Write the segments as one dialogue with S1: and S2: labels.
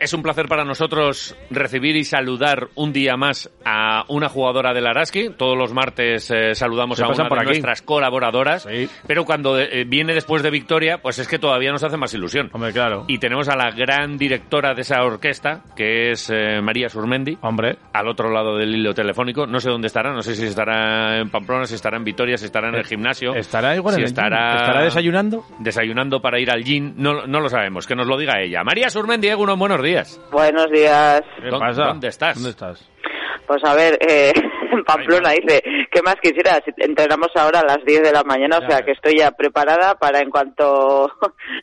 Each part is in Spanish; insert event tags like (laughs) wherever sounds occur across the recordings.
S1: Es un placer para nosotros recibir y saludar un día más a una jugadora del Araski. Todos los martes eh, saludamos
S2: Se
S1: a
S2: pasan
S1: una
S2: por
S1: de
S2: aquí.
S1: nuestras colaboradoras,
S2: Sí.
S1: pero cuando eh, viene después de Victoria, pues es que todavía nos hace más ilusión.
S2: Hombre, claro.
S1: Y tenemos a la gran directora de esa orquesta, que es eh, María Surmendi,
S2: Hombre,
S1: al otro lado del hilo telefónico. No sé dónde estará, no sé si estará en Pamplona, si estará en Vitoria, si estará en el gimnasio.
S2: Eh, estará igual
S1: si
S2: en el
S1: estará...
S2: gym. ¿Estará desayunando?
S1: Desayunando para ir al gym, no, no lo sabemos, que nos lo diga ella. María Surmendi, unos buenos días.
S3: Buenos días.
S2: ¿Qué
S1: ¿Dó-
S2: pasa?
S1: dónde estás?
S2: ¿Dónde estás?
S3: Pues a ver, eh, (laughs) en Pamplona dice, ¿qué más quisiera? Si entrenamos ahora a las 10 de la mañana,
S2: Ya
S3: o sea
S2: ves.
S3: que estoy ya preparada para en cuanto (laughs)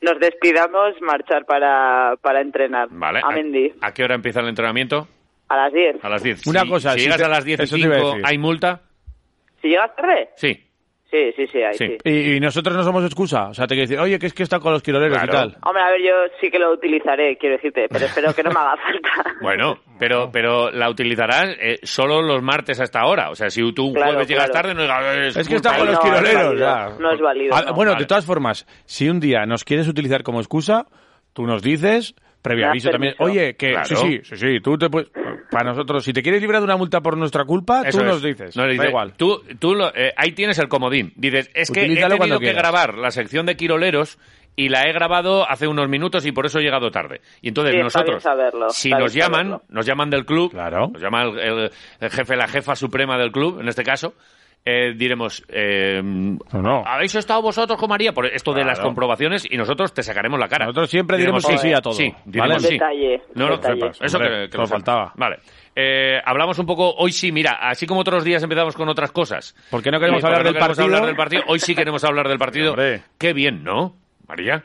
S3: nos despidamos marchar para, para entrenar.
S1: Vale.
S3: A Mendy,
S1: ¿A qué hora empieza el entrenamiento?
S3: a las 10.
S1: A las 10.
S2: Una
S1: Si-
S2: cosa,
S1: si,
S2: si
S1: llegas
S2: te-
S1: a las 10 y
S2: eso te iba a
S1: 5,
S2: decir.
S1: ¿hay multa?
S3: ¿Si llegas tarde?
S1: Sí.
S3: Sí, sí, sí, ahí
S1: Sí.
S3: sí.
S2: Y, y nosotros no somos excusa. O sea, te quiero decir, oye, que es que está con los quiroleros
S1: Claro.
S2: y tal.
S3: Hombre, a ver, yo sí que lo utilizaré, quiero decirte, pero espero que no
S2: (laughs)
S3: me haga falta.
S1: Bueno, pero pero la utilizarás eh, solo los martes hasta ahora. O sea, si tú un
S3: Claro,
S1: jueves llegas
S3: claro.
S1: tarde, no digas...
S2: Es que
S1: culpa
S2: está con
S1: de-
S2: los
S3: no,
S2: quiroleros.
S3: es válido,
S2: ya.
S3: no es válido,
S2: Ah,
S3: no.
S2: Bueno,
S1: Vale.
S2: de todas formas, si un día nos quieres utilizar como excusa, tú nos dices, previo
S3: Me das
S2: aviso también,
S3: permiso.
S2: oye, que
S1: Claro.
S2: sí, sí, sí, sí, tú te puedes... Para nosotros, si te quieres librar de una multa por nuestra culpa,
S1: Eso
S2: Ah, tú
S1: es.
S2: nos dices.
S1: No le
S2: da
S1: dices-
S2: igual.
S1: Tú, tú lo- eh, ahí tienes el comodín. Dices, es que he
S2: Utilízalo
S1: tenido
S2: cuando
S1: que
S2: quieras.
S1: grabar la sección de Quiroleros y la he grabado hace unos minutos y por eso he llegado tarde. Y entonces
S3: Sí, está
S1: nosotros,
S3: bien saberlo,
S1: si
S3: está
S1: nos
S3: bien
S1: llaman,
S3: saberlo.
S1: nos llaman del club,
S2: Claro.
S1: nos llama el, el- el jefe, la jefa suprema del club, en este caso, eh, diremos, eh,
S2: no.
S1: ¿habéis estado vosotros con María por esto de
S2: Claro.
S1: las comprobaciones? Y nosotros te sacaremos la cara.
S2: Nosotros siempre diremos sí, sí a todo,
S1: Sí,
S2: ¿vale?
S1: diremos sí.
S3: Detalle,
S1: No, no,
S3: detalle.
S1: sepas. Eso
S2: Hombre,
S1: que, que
S2: todo
S1: lo sepas.
S2: faltaba.
S1: Vale. Eh, hablamos un poco, hoy sí, mira, así como otros días empezamos con otras cosas.
S2: Porque no queremos
S1: Y porque
S2: hablar del
S1: queremos
S2: partido.
S1: hablar del partido, Hoy sí queremos hablar del partido.
S2: Hombre.
S1: Qué bien, ¿no, María?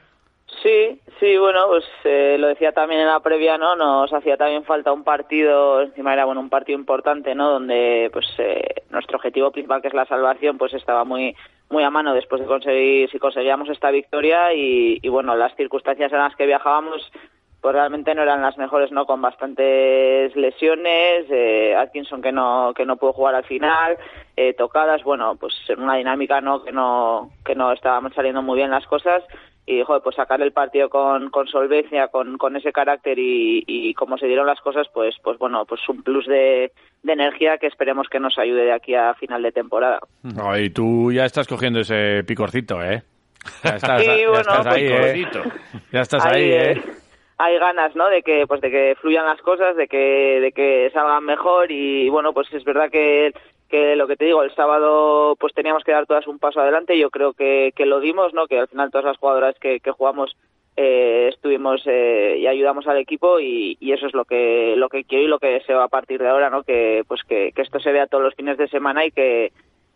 S3: Sí, sí, bueno, pues eh, lo decía también en la previa, ¿no? Nos hacía también falta un partido, encima era bueno un partido importante, ¿no? Donde pues eh, nuestro objetivo principal que es la salvación, pues estaba muy muy a mano después de conseguir si conseguíamos esta victoria y, y bueno las circunstancias en las que viajábamos pues realmente no eran las mejores, ¿no? Con bastantes lesiones, eh, Atkinson que no que no pudo jugar al final, eh, tocadas, bueno, pues en una dinámica, ¿no? Que no que no estaban saliendo muy bien las cosas y, joder, pues sacar el partido con, con solvencia, con, con ese carácter y, y cómo se dieron las cosas, pues pues bueno, pues un plus de, de energía que esperemos que nos ayude de aquí a final de temporada.
S2: Ay, tú ya estás cogiendo ese picorcito, ¿eh? Ya estás,
S3: Sí,
S2: ya
S3: bueno,
S2: estás ahí, ¿eh?
S1: Picorcito.
S2: Ya estás
S3: hay,
S2: ahí, ¿eh?
S3: eh, (laughs) hay ganas, ¿no? De que pues de que fluyan las cosas, de que de que salgan mejor y bueno, pues es verdad que que lo que te digo, el sábado pues teníamos que dar todas un paso adelante, yo creo que, que lo dimos, ¿no? Que al final todas las jugadoras que, que jugamos eh, estuvimos eh, y ayudamos al equipo y, y eso es lo que lo que quiero y lo que deseo a partir de ahora, ¿no? Que pues que, que esto se vea todos los fines de semana y que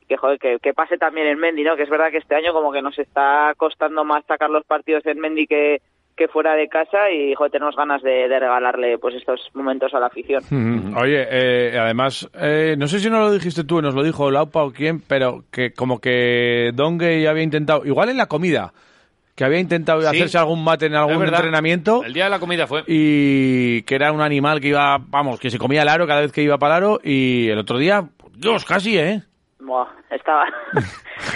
S3: que, joder, que, que pase también en Mendy, ¿no? Que es verdad que este año como que nos está costando más sacar los partidos en Mendy que, que fuera de casa y, joder, tenemos ganas de, de regalarle pues estos momentos a la
S1: (laughs)
S3: afición.
S2: Mm, Oye, eh, además, eh, no sé si no lo dijiste tú, nos lo dijo Laupa o quién, pero que como que Dongue había intentado, igual en la comida, que había intentado
S1: Sí.
S2: hacerse algún mate en
S1: Es
S2: algún
S1: verdad.
S2: entrenamiento
S1: El día de la comida fue.
S2: y que era un animal que iba, vamos, que se comía el aro cada vez que iba para el aro y el otro día, Dios, casi, ¿eh?
S3: Buah, estaba... (laughs)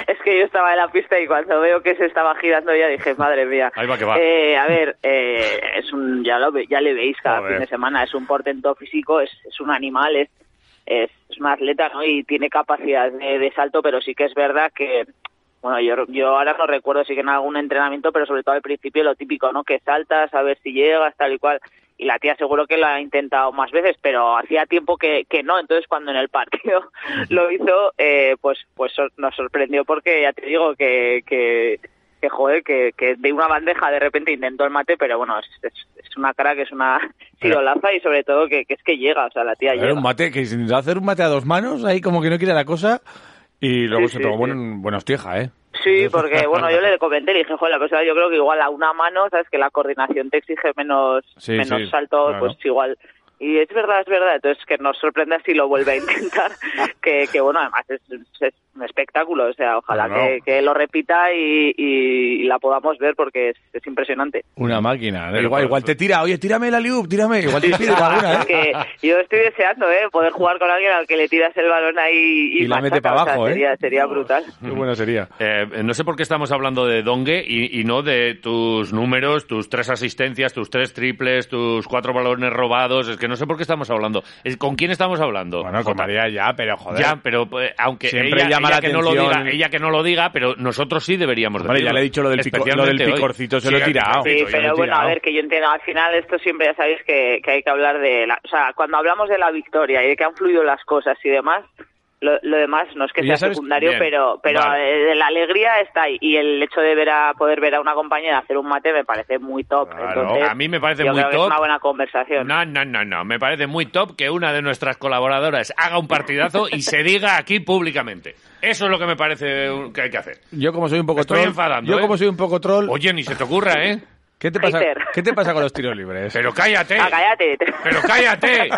S3: es que yo estaba en la pista y cuando veo que se estaba girando ya dije, madre mía.
S1: Ahí va que va.
S3: Eh, a ver, eh, es un, ya, lo, ve- ya le veis cada
S1: Joder.
S3: fin de semana, es un portento físico, es, es un animal, es, es, es un atleta ¿no? y tiene capacidad de, de salto, pero sí que es verdad que, bueno, yo, yo ahora no recuerdo si que en algún entrenamiento, pero sobre todo al principio lo típico, ¿no? Que saltas a ver si llegas, tal y cual. Y la tía seguro que lo ha intentado más veces, pero hacía tiempo que, que no. Entonces, cuando en el partido (laughs) lo hizo, eh, pues, pues sor- nos sorprendió porque ya te digo que, que, que, joder, que, que de una bandeja de repente intentó el mate, pero bueno, es, es- es una cara que es una (laughs)
S2: Pero-
S3: tirolaza y sobre todo que, que es que llega, o sea, la tía
S2: Era
S3: llega.
S2: un mate que sin hacer un mate a dos manos, ahí como que no quiere la cosa. Y luego
S3: Sí,
S2: se
S3: sí,
S2: pegó
S3: sí.
S2: buen- buenos tija, ¿eh?
S3: Sí, porque bueno, yo le comenté, le dije, joder, la persona yo creo que igual a una mano, sabes que la coordinación te exige menos,
S2: Sí,
S3: menos
S2: sí,
S3: saltos,
S2: claro.
S3: pues igual. Y es verdad, es verdad, entonces que nos sorprenda si lo vuelve a intentar, (laughs) que, que bueno, además es, es un espectáculo, o sea, ojalá
S2: Claro.
S3: que, que lo repita y, y la podamos ver porque es, es impresionante.
S2: Una máquina.
S1: Pero
S2: igual,
S1: por-
S2: igual te tira, oye, tírame la liup, tírame. Igual te pide
S1: (laughs)
S2: alguna,
S3: Es
S2: ¿eh?
S3: que yo estoy deseando, ¿eh? Poder jugar con alguien al que le tiras el balón ahí y,
S2: Y la mete
S3: machaca,
S2: para
S3: o sea,
S2: abajo, ¿eh?
S3: sería, sería brutal.
S2: Qué bueno sería.
S1: Eh, no sé por qué estamos hablando de Dongue y, y no de tus números, tus tres asistencias, tus tres triples, tus cuatro balones robados. Es que no sé por qué estamos hablando. Es- ¿Con quién estamos hablando?
S2: Bueno, con
S1: Jota.
S2: María ya, pero joder.
S1: Ya, pero eh, aunque
S2: Siempre
S1: ella,
S2: llama
S1: ella
S2: la
S1: que no lo
S2: atención.
S1: diga, ella que no lo diga, pero nosotros sí deberíamos
S2: Hombre,
S1: decirlo.
S2: ya le he dicho lo del pico- lo del
S1: Especialmente hoy.
S2: picorcito, se lo he
S1: el
S2: tirado.
S1: picorcito,
S3: Sí,
S1: yo lo
S3: pero
S1: he
S3: bueno, a
S1: tirado.
S3: ver, que yo entiendo, al final esto siempre ya sabéis que, que hay que hablar de la... O sea, cuando hablamos de la victoria y de que han fluido las cosas y demás, lo, lo demás no es que
S2: Y ya
S3: sea
S2: sabes-
S3: secundario,
S1: Pues bien,
S3: pero pero
S1: vale.
S3: eh, la alegría está ahí y el hecho de ver a, poder ver a una compañera hacer un mate me parece muy top.
S2: Claro,
S3: Entonces,
S1: a mí me parece
S3: yo
S1: muy
S3: creo que es
S1: top.
S3: una buena conversación.
S1: No, no, no, no. Me parece muy top que una de nuestras colaboradoras haga un partidazo y se diga aquí públicamente. Eso es lo que me parece un- que hay que hacer.
S2: Yo como soy un poco
S1: Me estoy
S2: troll.
S1: enfadando,
S2: yo
S1: ¿eh?
S2: como soy un poco troll.
S1: Oye, ni se te ocurra, ¿eh?
S2: ¿qué, te pasa,
S3: hater.
S2: ¿Qué te pasa con los tiros libres? (laughs)
S1: Pero cállate.
S3: Ah, cállate.
S1: Pero cállate.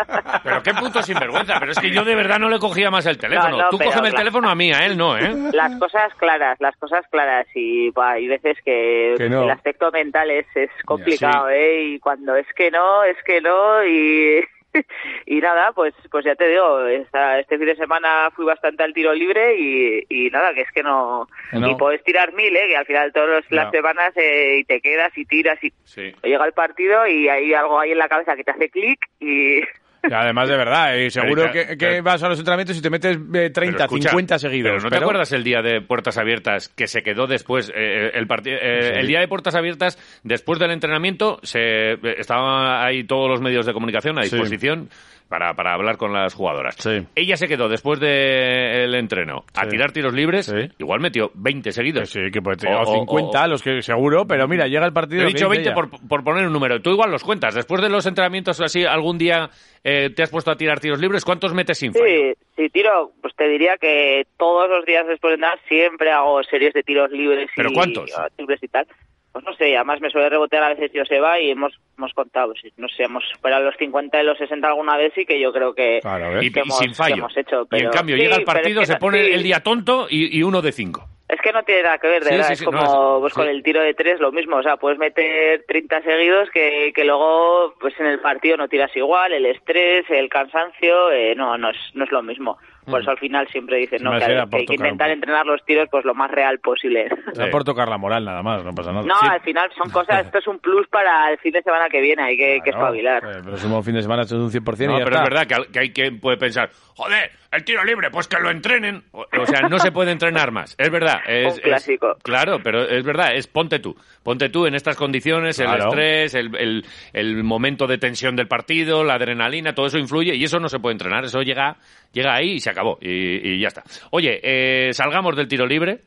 S1: Pero qué puto sinvergüenza. Pero es que yo de verdad no le cogía más el teléfono.
S3: No, no,
S1: Tú
S3: pero
S1: cógeme el
S3: la-
S1: teléfono a mí, a él no, ¿eh?
S3: Las cosas claras, las cosas claras. Y buah, hay veces que,
S2: Que no.
S3: el aspecto mental es, es complicado, ¿eh? Y cuando es que no, es que no. Y, (laughs) y nada, pues pues ya te digo, esta- este fin de semana fui bastante al tiro libre y, y nada, que es que no.
S2: Que no.
S3: Y puedes tirar mil, ¿eh? Que al final todas las
S2: Ya.
S3: semanas eh, y te quedas y tiras y
S1: Sí.
S3: llega el partido y hay algo ahí en la cabeza que te hace clic y.
S2: Y además, de verdad, y seguro
S1: Pero ya-
S2: que, que
S1: pero-
S2: vas a los entrenamientos y te metes eh, 30,
S1: Pero escucha,
S2: 50 seguidos.
S1: Pero ¿no te acuerdas el día de puertas abiertas que se quedó después? eh, el, parti- eh,
S2: Sí.
S1: el día de puertas abiertas, después del entrenamiento, se eh, estaban ahí todos los medios de comunicación a
S2: Sí.
S1: disposición para, para hablar con las jugadoras.
S2: Sí.
S1: Ella se quedó después del entreno a
S2: Sí.
S1: tirar tiros libres,
S2: Sí.
S1: igual metió 20 seguidos.
S2: Sí, que puede
S1: O-
S2: o,
S1: o-
S2: 50,
S1: o-
S2: los que seguro, pero mira, llega el partido.
S1: He
S2: que
S1: dicho
S2: dice
S1: 20
S2: ella.
S1: por, por poner un número. Tú igual los cuentas. Después de los entrenamientos así, algún día eh, te has puesto a tirar tiros libres. ¿Cuántos metes sin fallo?
S3: Sí, sí, tiro, pues te diría que todos los días después de nada siempre hago series de tiros libres
S1: ¿Pero
S3: y
S1: cuántos?
S3: y libres y tal. Pues no sé, además me suele rebotear a veces yo se va y hemos hemos contado, pues, no sé, hemos superado los 50 y los 60 alguna vez y que yo creo que
S2: Claro, ¿eh?
S1: y,
S3: que
S1: y
S3: hemos-
S1: sin fallo.
S3: que hemos hecho,
S1: y en
S3: pero-
S1: cambio
S3: sí,
S1: llega el
S3: pero es
S1: partido,
S3: que
S1: se
S3: no-
S1: pone
S3: sí.
S1: el día tonto y, y uno de cinco.
S3: es que no tiene nada que ver, de
S1: Sí,
S3: verdad,
S1: sí,
S3: es
S1: sí, no,
S3: como
S1: es-
S3: pues,
S1: sí.
S3: con el tiro de tres lo mismo, o sea, puedes meter 30 seguidos que, que luego pues en el partido no tiras igual, el estrés, el cansancio, eh, no, no es, no es lo mismo. Por
S1: Mm.
S3: eso al final siempre dicen ¿no?
S2: Más
S3: que, hay-
S2: era por
S3: que hay que
S2: tocar un
S3: intentar
S2: poco.
S3: entrenar los tiros pues lo más real
S1: (laughs)
S3: posible.
S2: Era por tocar la moral nada más, no pasa nada.
S3: No,
S2: Sí.
S3: al final son
S1: (laughs)
S3: cosas, esto es un plus para el fin de semana que viene, hay que, que
S2: Claro,
S3: espabilar.
S2: eh, pero sumo fin de semana es un 100% y
S1: No,
S2: ya
S1: pero
S2: está.
S1: es verdad que, al- que hay quien puede pensar, joder, el tiro libre, pues que lo entrenen. O, o sea, no se puede entrenar más. Es verdad. Es,
S3: (laughs) Un clásico.
S1: es- claro, pero es verdad, es ponte tú. Ponte tú en estas condiciones, el
S2: Claro.
S1: estrés, el, el- el momento de tensión del partido, la adrenalina, todo eso influye y eso no se puede entrenar. Eso llega, llega ahí y se acabó. Y, y ya está. Oye, eh, salgamos del tiro libre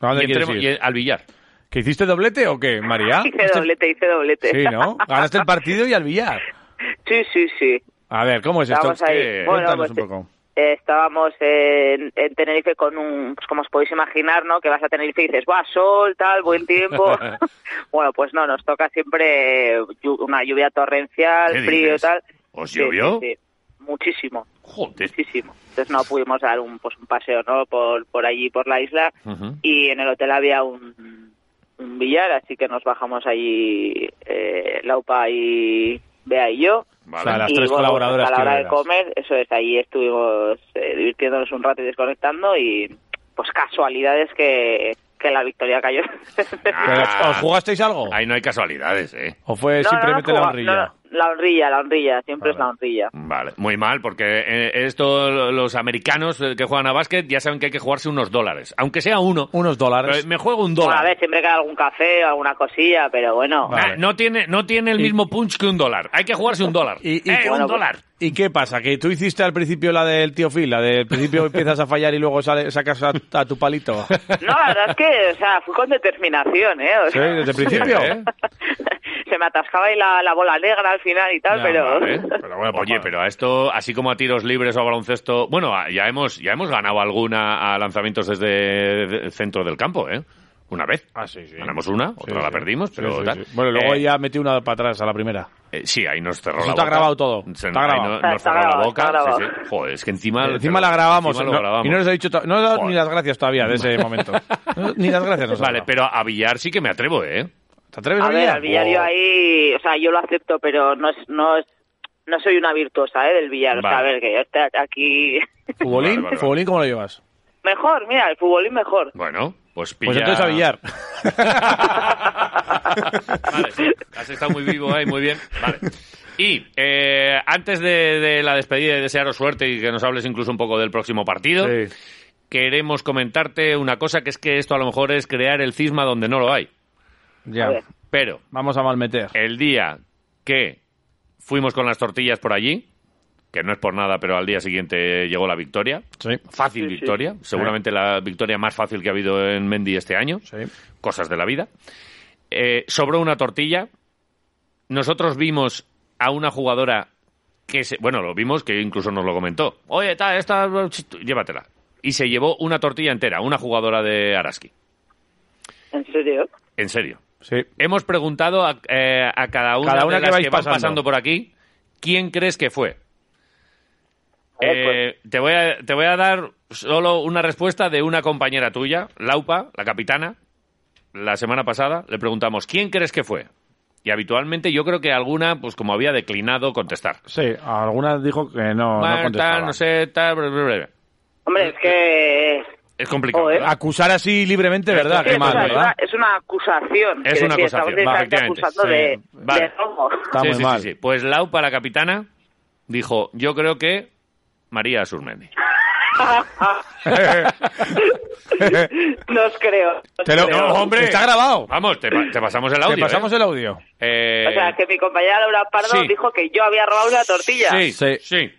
S2: ¿A dónde
S1: y
S2: quieres
S1: entremos-
S2: ir?
S1: y al billar.
S2: ¿Que hiciste doblete o qué, María?
S3: Hice doblete, hice doblete. (laughs)
S2: Sí, ¿no? Ganaste el partido y al billar.
S3: sí, sí, sí.
S2: A ver, ¿cómo es esto?
S3: Estábamos ahí.
S2: ¿Qué?
S3: Bueno,
S2: Cuéntanos
S3: pues,
S2: un poco.
S3: eh, estábamos en, en Tenerife con un, pues como os podéis imaginar, ¿no? Que vas a Tenerife y dices, va, sol, tal,
S1: (laughs)
S3: buen tiempo. (laughs) bueno, pues no, nos toca siempre eh, llu- una lluvia
S1: ¿Qué
S3: torrencial, frío,
S1: dices?
S3: tal.
S1: ¿Os
S3: Sí, sí,
S1: llovió?
S3: sí. Muchísimo,
S1: Joder.
S3: muchísimo. Entonces no pudimos dar un, pues, un paseo, ¿no? Por, por allí, por la isla.
S1: Ujú.
S3: Y en el hotel había un, un billar, así que nos bajamos allí, eh, Laupa y Bea y yo.
S1: Vale.
S2: O sea, las
S3: Y,
S2: tres
S3: bueno,
S2: colaboradoras
S3: A la
S2: que
S3: hora de
S2: eras.
S3: comer, eso es, ahí estuvimos eh, divirtiéndonos un rato y desconectando y pues casualidades que, que la
S2: (laughs)
S3: victoria cayó.
S2: ¿Pero
S1: Ah,
S2: ¿Os jugasteis algo?
S1: Ahí no hay casualidades, ¿eh?
S2: ¿O fue
S3: No, no,
S2: simplemente
S3: no,
S2: la
S3: jugamos-
S2: honrilla?
S3: no, no, La honrilla, la honrilla, siempre es
S1: Vale.
S3: la honrilla.
S1: Vale, muy mal, porque eh, esto los americanos eh, que juegan a básquet ya saben que hay que jugarse unos dólares, aunque sea uno.
S2: Unos
S1: Pero,
S2: dólares.
S1: eh, me juego un
S3: Bueno, a
S1: dólar.
S3: ver, siempre queda algún café o alguna cosilla, pero bueno.
S2: Vale.
S1: Ah, No tiene, no tiene el
S2: Y-
S1: mismo punch que un dólar. Hay que jugarse un dólar.
S2: Y- y-
S1: Eh,
S2: Bueno,
S1: un
S3: pues-
S1: dólar.
S2: ¿Y qué pasa? ¿Que tú hiciste al principio la del tío Phil? ¿La
S1: (laughs)
S2: del principio empiezas a fallar y luego sale- sacas a, a tu palito?
S3: No, la verdad es que, o sea, fui con determinación, ¿eh? O
S2: Sí,
S3: sea, (laughs)
S2: desde el principio.
S1: ¿eh?
S3: se me atascaba ahí la, la bola negra al final y tal,
S2: Ya,
S3: pero...
S1: Vale,
S2: Pero bueno, pues
S1: Oye,
S2: vale.
S1: pero a esto, así como a tiros libres o a baloncesto, bueno, a- ya hemos, ya hemos ganado alguna a lanzamientos desde de- centro del campo, ¿eh? Una vez.
S2: Ah, sí, sí.
S1: Ganamos una, otra
S2: Sí,
S1: la
S2: sí.
S1: perdimos,
S2: Sí,
S1: pero
S2: sí,
S1: tal.
S2: sí. Bueno, luego
S1: Eh,
S2: ya metí una para atrás a la primera.
S1: eh, sí, ahí nos cerró
S2: Eso
S1: la
S2: está
S1: boca.
S2: grabado todo.
S1: Se-
S2: Está
S1: ahí
S2: grabado.
S1: no-
S3: Está-
S1: nos
S3: está
S1: cerró la
S3: grabado,
S1: boca.
S3: está
S1: sí,
S3: grabado.
S1: sí. Joder, es que encima...
S2: Encima la grabamos,
S1: encima
S2: no-
S1: lo grabamos. ¿eh?
S2: y no les he dicho to- no he dado ni
S1: Joder.
S2: las gracias todavía
S1: (laughs)
S2: de ese momento. No, ni las gracias. nos ha
S1: Vale,
S2: dado.
S1: pero a billar sí que me atrevo, ¿eh?
S2: ¿Te atreves
S3: A ver,
S2: Villar?
S3: al billar yo
S1: Oh.
S2: Wow.
S3: ahí, o sea, yo lo acepto, pero no es, no es, no soy una virtuosa, ¿eh? Del billar, o sea, a
S1: Vale.
S3: ver, que yo esté aquí... (laughs)
S2: ¿Futbolín?
S1: Vale, vale, vale.
S2: ¿Futbolín cómo lo llevas?
S3: Mejor, mira, el futbolín mejor.
S1: Bueno, pues pilla...
S2: Pues entonces a
S1: (laughs)
S2: billar.
S1: vale, sí, has estado muy vivo ahí, muy bien. Vale. Y eh, antes de, de la despedida y desearos suerte y que nos hables incluso un poco del próximo partido, queremos comentarte una cosa que es que esto a lo mejor es crear el cisma donde no lo hay.
S2: Ya.
S3: A ver.
S1: Pero
S2: Vamos a malmeter.
S1: el día que fuimos con las tortillas por allí, que no es por nada, pero al día siguiente llegó la victoria.
S2: Sí.
S1: Fácil
S3: Sí, sí.
S1: victoria, seguramente la victoria más fácil que ha habido en Mendy este año.
S2: Sí.
S1: cosas de la vida. Eh, sobró una tortilla. Nosotros vimos a una jugadora que se, bueno, lo vimos que incluso nos lo comentó. Oye, ta, esta llévatela. Y se llevó una tortilla entera, una jugadora de Araski.
S3: ¿En serio?
S1: En serio.
S2: Sí.
S1: Hemos preguntado a, eh, a cada una,
S2: Cada una
S1: de
S2: que
S1: las que,
S2: vais
S1: van
S2: pasando.
S1: pasando por aquí, ¿quién crees que fue?
S3: A ver, pues.
S1: Eh, te, voy a, te voy a dar solo una respuesta de una compañera tuya, Laupa, la capitana. La semana pasada le preguntamos, ¿quién crees que fue? Y habitualmente yo creo que alguna, pues como había declinado contestar.
S2: Sí, alguna dijo que no, no
S1: Bueno,
S2: contestaba.
S1: tal, no sé, tal, bla, bla, bla.
S3: Hombre, es que...
S1: Es complicado.
S3: Joder.
S1: ¿verdad?
S2: Acusar así libremente, ¿verdad?
S3: Sí,
S2: Qué
S3: es,
S2: mal,
S3: una,
S2: ¿verdad?
S3: es una acusación.
S1: Es
S3: quiero
S1: una
S3: decir,
S1: acusación,
S3: estamos
S1: va,
S3: directamente
S1: efectivamente,
S3: acusando
S2: sí.
S3: de,
S1: Vale.
S3: de robo. (laughs)
S2: Está
S1: Sí,
S2: muy
S1: sí,
S2: mal.
S1: sí, sí. Pues Laupa, la capitana, dijo, yo creo que María Surmendi.
S2: (laughs)
S3: No os creo. no os
S2: Te lo-
S3: creo.
S2: No, hombre. Está grabado.
S1: Vamos, te, pa- te pasamos el audio.
S2: Te pasamos el audio.
S1: ¿eh?
S3: O sea,
S1: Eh,
S3: que mi compañera Laura Pardo
S1: sí.
S3: dijo que yo había robado una tortilla.
S1: Sí, sí.
S2: Sí.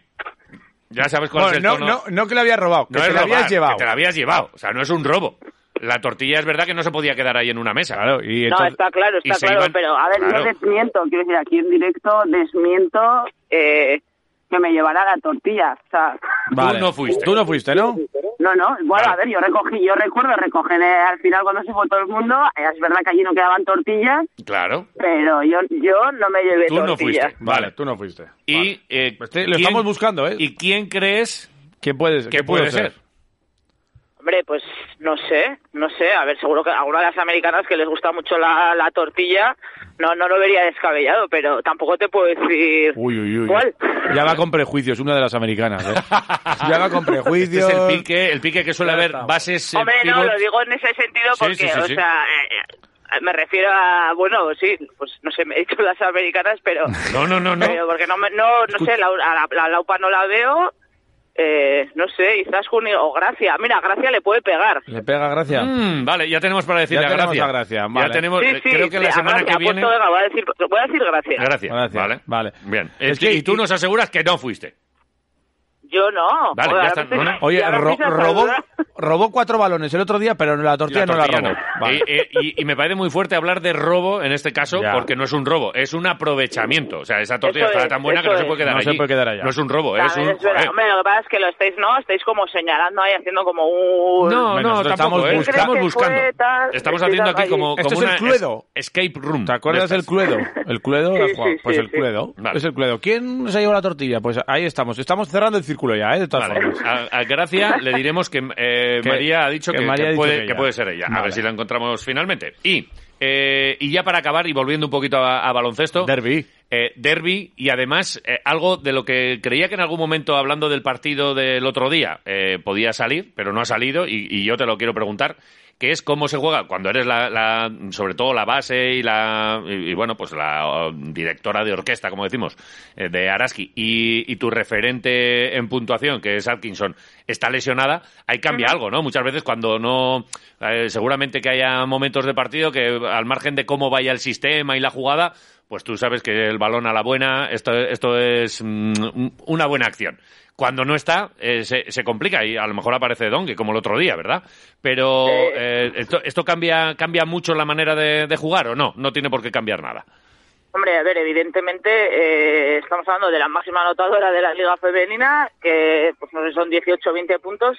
S1: Ya sabes cuál es el
S2: Bueno, no,
S1: tono.
S2: no, no que la habías robado, que
S1: No
S2: te
S1: es
S2: la
S1: robar,
S2: habías llevado.
S1: que te la habías llevado. O sea, no es un robo. La tortilla es verdad que no se podía quedar ahí en una mesa.
S2: Claro, y
S3: No,
S2: entonces-
S3: está claro,
S1: y
S3: está
S1: se
S3: claro,
S1: iban-
S3: pero a ver,
S1: claro.
S3: no desmiento, quiero decir, aquí en directo desmiento eh, que me llevará la tortilla, o sea,
S2: Vale.
S1: no fuiste.
S2: Tú no fuiste, ¿no?
S3: no, no, bueno,
S1: Vale.
S3: a ver, yo recogí, yo recuerdo recoger eh, al final cuando se fue todo el mundo, eh, es verdad que allí no quedaban tortillas,
S1: Claro.
S3: pero yo yo no me llevé
S1: Tú no
S3: tortillas.
S1: fuiste.
S2: Vale,
S1: Vale.
S2: tú no fuiste.
S1: Y, eh,
S2: Pues te- lo
S1: ¿quién-
S2: estamos buscando, ¿eh?
S1: ¿Y quién crees
S2: ¿Quién puede ser?
S1: que
S2: ¿Qué
S1: puede ser?
S3: Hombre, pues no sé, no sé, a ver, seguro que a una de las americanas que les gusta mucho la, la tortilla, no no lo vería descabellado, pero tampoco te puedo decir
S2: Uy, uy, uy.
S3: cuál.
S2: Ya va con prejuicios, una de las americanas, ¿eh? (laughs) ya va con
S1: Este
S2: prejuicios.
S1: es el pique, el pique que suele
S2: Ya
S1: haber
S2: estamos.
S1: bases eh,
S3: Hombre, no,
S1: pivots.
S3: lo digo en ese sentido
S1: Sí,
S3: porque,
S1: sí, sí,
S3: o
S1: sí.
S3: sea, eh, eh, me refiero a, bueno, sí, pues no sé, me he dicho (laughs) las americanas, pero,
S1: (laughs) no, no, no, no.
S3: pero porque no, me- no, no sé, la, a la, la Laupa no la veo, eh, no sé, quizás Junio o Gracia, mira, Gracia le puede pegar.
S2: ¿Le pega gracia?
S1: Mm, vale, ya tenemos para decirle
S2: Ya
S1: a
S2: tenemos
S1: Gracia.
S2: a Gracia,
S1: Ya
S2: vale.
S1: tenemos,
S3: Sí,
S1: eh,
S3: sí,
S1: creo que la
S3: sí, a
S1: semana
S3: Gracia,
S1: que viene...
S3: apuesto, venga, voy a decir, voy a decir Gracia.
S1: Gracias.
S2: Gracias,
S1: Vale.
S2: vale.
S1: Bien.
S2: Es
S1: Eh,
S2: que-
S1: y tú nos aseguras que no fuiste.
S3: Yo no.
S1: Vale,
S3: Joder,
S1: ya
S3: ahora
S1: está,
S3: me
S1: no,
S3: estoy-
S1: no.
S2: Oye,
S3: y ahora
S2: ro-
S3: empiezas a
S2: robó,
S3: (laughs) dudar.
S2: robó cuatro balones el otro día, pero la tortilla,
S1: tortilla
S2: no la robó.
S1: no.
S2: Vale.
S1: Y, eh, y- y me parece muy fuerte hablar de robo en este caso,
S2: Ya.
S1: porque no es un robo, es un aprovechamiento. O sea, esa tortilla
S3: Eso
S1: está
S3: es,
S1: tan buena que
S3: eso
S1: no se
S3: es.
S1: puede quedar
S2: No se
S1: allí.
S2: puede quedar allá.
S1: No es un robo, es
S3: También
S1: un...
S3: es verdad.
S1: joder.
S3: Hombre, lo que pasa es que lo estáis, no, estáis como señalando ahí, haciendo como un...
S1: No,
S2: Bueno,
S1: no,
S2: nosotros
S1: tampoco, ¿eh?
S2: estamos buscando.
S1: estamos
S3: ¿Crees que
S1: buscando.
S3: fue tal?
S1: Estamos
S3: Estoy
S1: haciendo aquí
S3: ahí.
S1: como, como
S2: Esto es el
S1: una
S2: Cluedo.
S1: es- escape room.
S2: ¿Te acuerdas
S1: de
S2: del
S1: estas.
S2: Cluedo? El Cluedo,
S3: Sí,
S2: la jugada.
S3: sí,
S2: pues
S3: sí,
S2: el
S3: sí.
S2: Cluedo.
S1: Vale.
S2: Es el Cluedo. ¿Quién se llevó la tortilla? Pues ahí estamos. Estamos cerrando el círculo ya, ¿eh? De todas
S1: Vale,
S2: formas.
S1: a, a Gracia le diremos que, eh,
S2: Que-
S1: María ha dicho que,
S2: que María
S1: que
S2: ha dicho
S1: puede,
S2: que ella.
S1: que puede ser ella. A
S2: Vale.
S1: ver si la encontramos finalmente. Y, eh, y ya para acabar y volviendo un poquito a, a baloncesto,
S2: Derby.
S1: eh, derby y además eh, algo de lo que creía que en algún momento hablando del partido del otro día eh, podía salir, pero no ha salido y, y yo te lo quiero preguntar, que es cómo se juega cuando eres la, la- sobre todo la base y la y, y bueno pues la eh, directora de orquesta como decimos eh, de Araski y, y tu referente en puntuación que es Atkinson está lesionada ahí cambia algo no muchas veces cuando no eh, seguramente que haya momentos de partido que al margen de cómo vaya el sistema y la jugada pues tú sabes que el balón a la buena esto esto es mm, una buena acción cuando no está, eh, se, se complica y a lo mejor aparece Dongue, como el otro día, ¿verdad? Pero eh, esto, esto cambia, cambia mucho la manera de, de jugar o no, no tiene por qué cambiar nada.
S3: Hombre, a ver, evidentemente eh, estamos hablando de la máxima anotadora de la Liga Femenina, que pues no sé, son 18 o 20 puntos,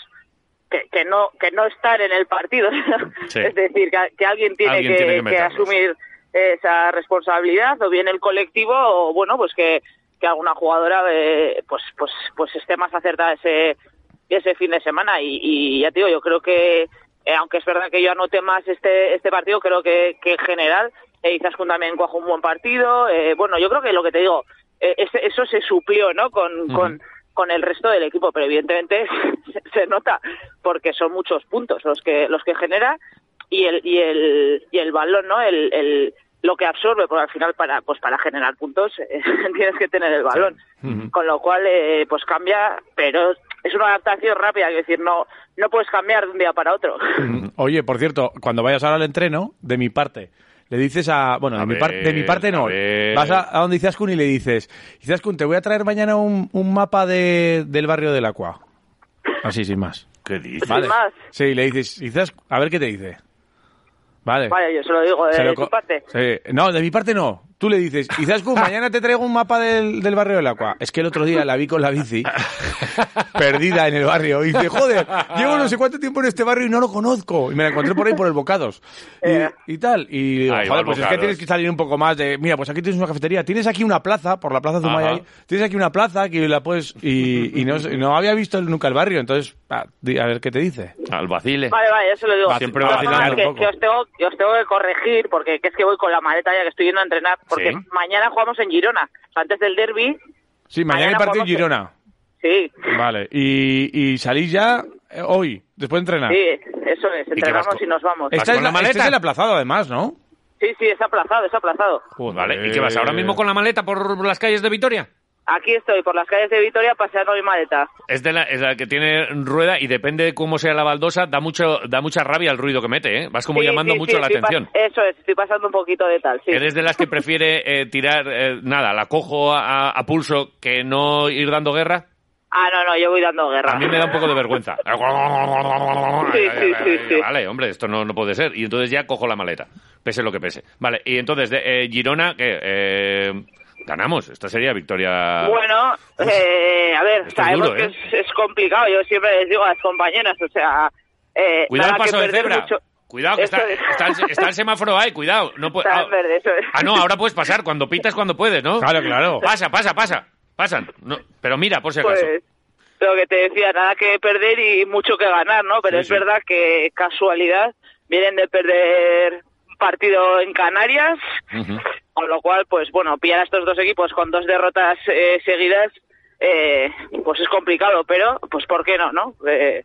S3: que, que no que no estar en el partido. (laughs)
S1: Sí.
S3: es decir, que, que alguien tiene
S1: Alguien
S3: que,
S1: tiene que
S3: que
S1: meterlos.
S3: asumir esa responsabilidad, o bien el colectivo, o bueno, pues que, que alguna jugadora eh, pues, pues, pues esté más acertada ese, ese fin de semana. Y, y ya te digo, yo creo que eh, aunque es verdad que yo anoté más este, este partido, creo que, que en general eh, Izaskun también cuajó un buen partido. Eh, bueno, yo creo que lo que te digo, eh, ese- eso se suplió ¿no? con, con, con el resto del equipo, pero evidentemente (laughs) se, se nota porque son muchos puntos los que, los que genera y el, y el, y el balón, ¿no? El, el, lo que absorbe, porque al final para, pues para generar puntos eh, (laughs) tienes que tener el balón. Con lo cual, eh, pues cambia, pero es una adaptación rápida, es decir, no, no puedes cambiar de un día para
S2: (laughs)
S3: otro.
S2: (clears throat) Oye, por cierto, cuando vayas ahora al entreno, de mi parte, le dices a. Bueno,
S1: A
S2: de, mi par-
S1: ver,
S2: de mi parte
S1: a
S2: no.
S1: ver.
S2: Vas a, a donde Izaskun y le dices: Izaskun, te voy a traer mañana un, un mapa de, del barrio del Acua. Así, sin más.
S1: ¿Qué dices?
S2: Vale.
S3: más.
S2: Sí, le dices: Izaskun, a ver qué te dice. Vale.
S3: Vale, yo se lo digo de,
S2: Se lo co-
S3: tu parte.
S2: Sí. No, de mi parte no. Tú le dices,
S3: (laughs)
S2: Izaskun, mañana te traigo un mapa del, del barrio del Acua. Es que el otro día la vi con la
S3: (laughs)
S2: bici, perdida en el barrio. Y dice, joder, llevo no sé cuánto tiempo en este barrio y no lo conozco. Y me la encontré por ahí por el Bocados.
S3: Eh.
S2: Y, y tal. Y digo,
S1: Ahí va
S2: joder,
S1: el
S2: pues es que
S1: Ah, Bocados.
S2: tienes que salir un poco más de, mira, pues aquí tienes una cafetería, tienes aquí una plaza, por la plaza Zumaya,
S1: Ajá.
S2: ahí, tienes aquí una plaza que la puedes... Y, y no, sé- no había visto nunca el barrio, entonces, ah, di- a ver qué te dice.
S1: Al vacile.
S3: Vale, vale, eso lo digo.
S2: Va-
S1: siempre
S3: De
S1: va
S3: todas formas,
S2: vacilando un
S3: que,
S2: poco.
S3: que os tengo, que os tengo que corregir, porque que es que voy con la maleta ya que estoy yendo a entrenar, porque
S1: Sí.
S3: mañana jugamos en Girona. O sea, antes del derby,
S2: Sí, mañana,
S3: Mañana
S2: hay partido en
S3: jugamos-
S2: Girona.
S3: sí,
S2: Vale, y, y salís ya eh, hoy, después de entrenar.
S3: sí, eso es, entrenamos
S1: vas
S3: y,
S1: con-
S3: nos vamos.
S1: ¿Vas
S2: Esta
S1: con
S2: es
S1: la
S2: la-
S1: maleta?
S2: este es el aplazado, además, ¿no?
S3: Sí, sí, es aplazado, es aplazado.
S1: Vale, ¿Y qué vas ahora mismo con la maleta por las calles de Vitoria?
S3: Aquí estoy, por las calles de Vitoria, paseando mi maleta.
S1: Es de la, es la que tiene rueda y depende de cómo sea la baldosa, da mucho da mucha rabia el ruido que mete, ¿eh? Vas como
S3: Sí,
S1: llamando
S3: sí,
S1: mucho
S3: sí,
S1: la
S3: estoy pas-
S1: atención.
S3: Eso es, estoy pasando un poquito de tal, sí.
S1: Eres de las que prefiere eh, tirar, eh, nada, la cojo a, a pulso que no ir dando guerra.
S3: Ah, no, no, yo voy dando guerra.
S1: A mí me da un poco de
S3: (laughs)
S1: vergüenza.
S3: Sí, sí, sí, sí.
S1: Vale, hombre, esto no, no puede ser. Y entonces ya cojo la maleta, pese lo que pese. Vale, y entonces, de, eh, Girona, que ganamos. Esta sería victoria.
S3: Bueno, eh, a ver,
S1: esto es
S3: sabemos
S1: duro,
S3: que
S1: ¿eh?
S3: es, es complicado. Yo siempre les digo a las compañeras, o sea... Eh,
S1: Cuidado el
S3: nada que
S1: paso de
S3: perder
S1: cebra.
S3: mucho.
S1: Cuidado, que
S3: Eso
S1: está,
S3: es.
S1: está el, está el semáforo ahí, cuidado. No puede-
S3: (laughs) Está
S1: ah,
S3: en verde, eso es.
S1: ah, no, ahora puedes pasar. Cuando pitas, cuando puedes, ¿no?
S2: Claro, claro.
S1: Pasa, pasa, pasa. Pasan. No, pero mira, por si acaso.
S3: Pues lo que te decía, nada que perder y mucho que ganar, ¿no? Pero
S1: Sí,
S3: es
S1: sí.
S3: verdad que casualidad vienen de perder un partido en Canarias,
S1: Ujú.
S3: con lo cual, pues bueno, pillar a estos dos equipos con dos derrotas eh, seguidas, eh, pues es complicado, pero pues ¿por qué no, no? Eh,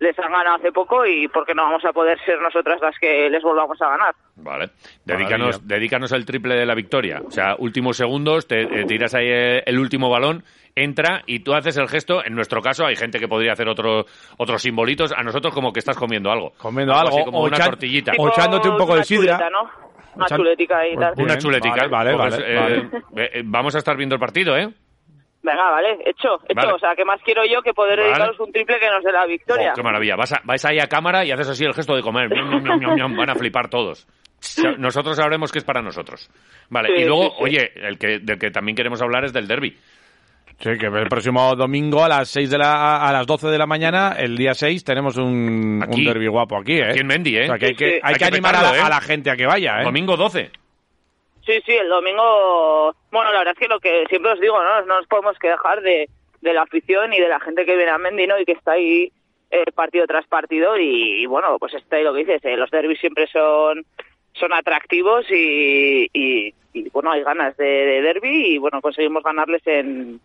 S3: les han ganado hace poco y ¿por qué no vamos a poder ser nosotras las que les volvamos a ganar?
S1: Vale. Dedícanos, dedícanos al triple de la victoria. O sea, últimos segundos, te, eh, tiras ahí eh, el último balón, entra y tú haces el gesto. En nuestro caso, hay gente que podría hacer otro- otros simbolitos. A nosotros, como que estás comiendo algo.
S2: Comiendo
S1: Así
S2: algo,
S1: como
S2: o
S1: una
S2: echan-
S1: tortillita.
S2: O echándote un poco
S3: una
S2: de sidra.
S3: chuleta, ¿no? Una
S2: Echan-
S3: chuletica y
S2: Pues
S3: tal.
S2: bien,
S1: Una chuletica.
S2: vale, vale,
S1: Pues,
S2: vale,
S1: eh, eh, vamos a estar viendo el partido, ¿eh?
S3: Venga, vale, hecho, hecho.
S1: Vale.
S3: O sea, ¿qué más quiero yo que poder
S1: Vale.
S3: dedicaros un triple que nos dé la victoria?
S1: Oh, qué maravilla. Vas, a- vais ahí a cámara y haces así el gesto de comer. Ñam, ñam, ñam, ñam, ñam. Van a flipar todos. Sa- Nosotros sabremos que es para nosotros. Vale,
S3: Sí,
S1: y luego,
S3: sí, sí.
S1: oye, el que, del que también queremos hablar es del derby.
S2: Sí, que el próximo domingo a las seis de la, a las 12 de la mañana, el día 6, tenemos un,
S1: Aquí.
S2: un derbi guapo aquí, ¿eh?
S1: Aquí en Mendy, ¿eh?
S2: O sea, que hay que,
S3: Sí, sí.
S2: hay
S1: Hay
S2: que
S1: que
S2: animar a,
S1: petarlo,
S2: la,
S1: ¿eh?
S2: a la gente a que vaya, ¿eh?
S1: Domingo 12.
S3: Sí, sí, el domingo. Bueno, la verdad es que lo que siempre os digo, ¿no? No nos podemos que dejar de, de la afición y de la gente que viene a Mendy, ¿no? Y que está ahí eh, partido tras partido. Y, y bueno, pues está ahí lo que dices, eh, los derbis siempre son son atractivos y, y- y, bueno, hay ganas de, de derby y bueno, conseguimos ganarles en,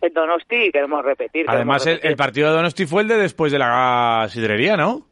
S3: en Donosti y queremos repetir. queremos
S2: Además, el,
S3: repetir.
S2: el partido de Donosti fue el de después de la sidrería, ¿no?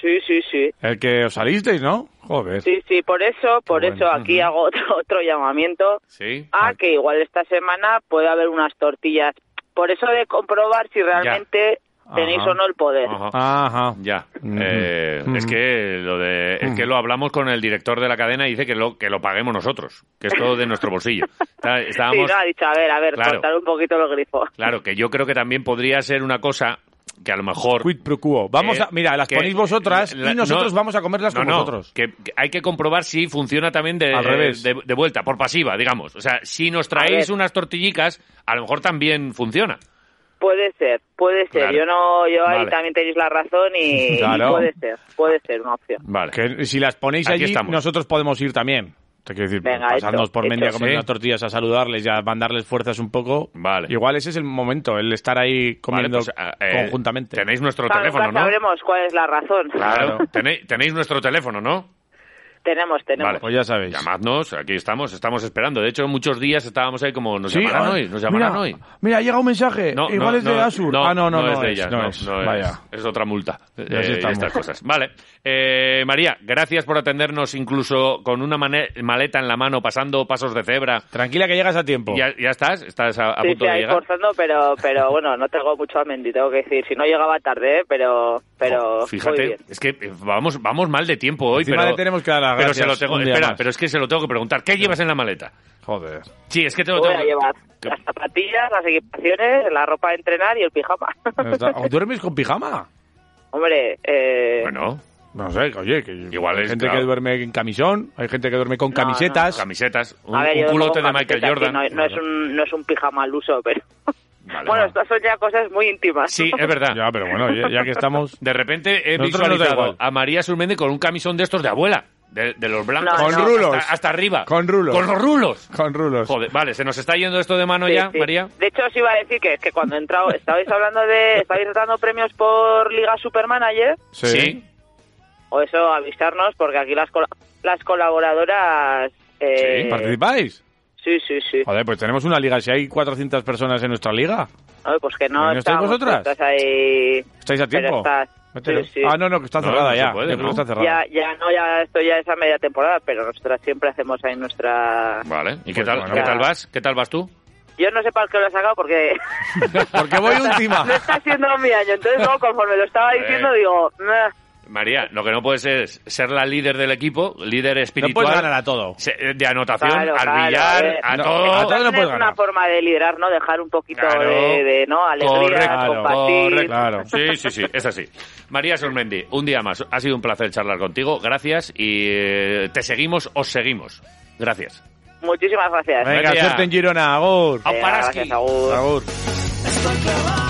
S3: Sí, sí, sí.
S2: El que os salisteis, ¿no? Joder.
S3: Sí, sí, por eso, por
S2: bueno.
S3: eso aquí hago otro, (laughs) otro llamamiento
S1: Sí.
S3: a Ah, que igual esta semana puede haber unas tortillas. Por eso de comprobar si realmente
S2: Ajá.
S3: tenéis o no el poder.
S1: Ajá.
S2: Ah. Ajá.
S1: Ya.
S2: Ujú.
S1: Eh,
S2: Ujú.
S1: Es que lo de, es que
S2: Ujú.
S1: lo hablamos con el director de la cadena y dice que lo que lo paguemos nosotros, que es todo de nuestro bolsillo. Está-
S3: (laughs) Sí,
S1: Estábamos
S3: no, ha dicho, a ver, a ver,
S1: Claro.
S3: cortar un poquito los grifos. (laughs)
S1: claro que yo creo que también podría ser una cosa que a lo mejor
S2: Quid pro quo. Vamos
S1: que-
S2: a, mira, las
S1: que-
S2: ponéis vosotras
S1: la-
S2: y nosotros
S1: no,
S2: vamos a comerlas
S1: no,
S2: con
S1: no,
S2: vosotros.
S1: Que, que hay que comprobar si funciona también de,
S2: Al
S1: eh,
S2: revés.
S1: De, de vuelta, por pasiva, digamos. O sea, si nos traéis
S3: A ver.
S1: unas tortillicas, a lo mejor también funciona.
S3: Puede ser, puede ser.
S1: Claro.
S3: Yo no, yo ahí
S1: Vale.
S3: también tenéis la razón
S1: (laughs)
S3: y, y
S2: Claro.
S3: puede ser, puede ser una opción.
S1: Vale.
S2: Que si las ponéis
S1: Aquí
S2: allí,
S1: estamos.
S2: nosotros podemos ir también. Te quiero decir,
S3: Venga,
S2: pasarnos
S3: hecho,
S2: por Mendia a
S3: hecho.
S2: comer
S1: Sí.
S2: unas tortillas, a saludarles y a mandarles fuerzas un poco.
S1: Vale.
S2: Igual ese es el momento, el estar ahí
S1: Vale,
S2: comiendo
S1: pues, ah, eh,
S2: conjuntamente.
S1: Tenéis nuestro
S3: Claro,
S1: teléfono,
S3: nunca
S1: ¿no?
S3: sabremos cuál es la razón.
S1: Claro. Tenéis, tenéis nuestro teléfono, ¿no?
S3: (laughs) Tenemos, tenemos.
S1: Vale.
S2: Pues ya sabéis.
S1: Llamadnos, aquí estamos, estamos esperando. De hecho, muchos días estábamos ahí como, nos llamarán
S2: ah,
S1: hoy, nos
S2: mira,
S1: llamarán hoy.
S2: Mira, llega un mensaje.
S1: No,
S2: Igual
S1: no,
S2: es de
S1: no,
S2: Asur. ah, no, no, no,
S1: es de ellas,
S2: no
S1: no,
S2: es.
S1: no es.
S2: Vaya.
S1: Es otra multa.
S2: Ya
S1: eh,
S2: sí estamos.
S1: estas cosas. Vale. Eh, María, gracias por atendernos incluso con una mane- maleta en la mano, pasando pasos de cebra.
S2: Tranquila que llegas a tiempo.
S1: Ya, ya estás, estás a, a
S3: Sí,
S1: punto
S3: sí,
S1: de
S3: ahí
S1: llegar.
S3: forzando, pero, pero bueno, no tengo mucho amendi, tengo que decir. Si no llegaba tarde, ¿eh? pero, pero
S1: Jo,
S3: muy
S1: fíjate,
S3: bien.
S1: es que eh, vamos, vamos mal de tiempo hoy,
S2: Encima
S1: pero
S2: le tenemos que dar las
S1: pero se
S2: gracias
S1: lo tengo,
S2: un día
S1: espera,
S2: más.
S1: pero es que se lo tengo que preguntar. ¿Qué llevas en la maleta?
S2: Joder.
S1: Sí, es que te lo
S3: Voy
S1: tengo.
S3: a llevar
S1: que-
S3: las zapatillas, las equipaciones, la ropa de entrenar y el pijama. (laughs)
S2: Está- ¿O ¿Duermes con pijama?
S3: Hombre, eh,
S1: Bueno,
S2: No sé, oye, que
S1: Igual
S2: hay
S1: es,
S2: gente
S1: claro.
S2: que duerme en camisón, hay gente que duerme con
S3: No,
S2: camisetas.
S1: camisetas, un,
S3: a ver,
S1: un
S3: yo
S1: culote
S3: tengo
S1: de Michael
S3: camiseta,
S1: Jordan.
S3: que No, no es un, no es un pijama al uso, pero...
S1: Vale,
S3: bueno,
S1: vale.
S3: estas son ya cosas muy íntimas.
S1: Sí, es verdad.
S2: Ya, pero bueno, ya, ya que estamos.
S1: De repente he
S2: Nosotros nos da
S1: visualizado
S2: igual.
S1: a María Surmendi con un camisón de estos de abuela, de, de los blancos.
S3: No, Con no.
S2: rulos.
S1: Hasta, hasta arriba.
S2: Con rulos.
S1: (laughs) Con los rulos.
S2: Con rulos.
S1: Joder, vale, se nos está yendo esto de mano
S3: Sí,
S1: ya,
S3: sí.
S1: María.
S3: De hecho, os iba a decir que es que cuando he entrado, (laughs) estabais hablando de, estabais dando premios por Liga Supermanager,
S2: Sí.
S3: o eso avisarnos, porque aquí las, col- las colaboradoras... eh,
S1: Sí,
S2: ¿Participáis?
S3: Sí, sí, sí.
S2: Joder, pues tenemos una liga. Si hay 400 personas en nuestra liga,
S3: Ay, pues que no,
S2: ¿No estáis
S3: estábamos
S2: vosotras?
S3: puestas ahí...
S2: ¿estáis a tiempo?
S3: Pero estás-
S2: Mételo.
S3: sí, sí.
S2: Ah, no, no, que está
S1: No,
S2: cerrada
S1: no se
S2: ya.
S1: puede,
S2: Yo creo
S1: ¿no?
S2: que está cerrada.
S3: Ya, ya, no, ya, esto ya es a media temporada, pero nosotras siempre hacemos ahí nuestra...
S1: Vale. ¿Y qué
S2: Pues
S1: tal,
S2: bueno.
S1: qué tal vas? ¿Qué tal vas tú?
S3: Yo no sé para qué lo he sacado porque (laughs)
S2: Porque voy última.
S3: no está siendo mi año, entonces luego conforme lo estaba diciendo
S1: Eh.
S3: digo... "Meh".
S1: María, lo que no puedes es ser la líder del equipo, líder
S2: No
S1: espiritual.
S2: puedes ganar a todo.
S1: se- eh, De anotación,
S3: Claro,
S1: al
S3: claro, a
S1: billar,
S3: ver.
S1: a,
S2: No,
S1: todo.
S2: a todo no
S3: También
S2: puedes
S3: es
S2: ganar.
S3: una forma de liderar, ¿no? Dejar un poquito
S1: Claro.
S3: de, de, ¿no? alegría,
S2: Correcto,
S3: compartir.
S1: correcto.
S2: Claro.
S1: Sí, sí, sí, es así. María Sormendi, un día más. Ha sido un placer charlar contigo. Gracias y eh, te seguimos, os seguimos. Gracias.
S3: Muchísimas gracias.
S2: Venga,
S1: Gracias.
S2: suerte en Girona. Agur.
S1: Au,
S3: Venga,
S1: Paraski.
S3: gracias, agur.
S2: Agur.
S4: Es porque va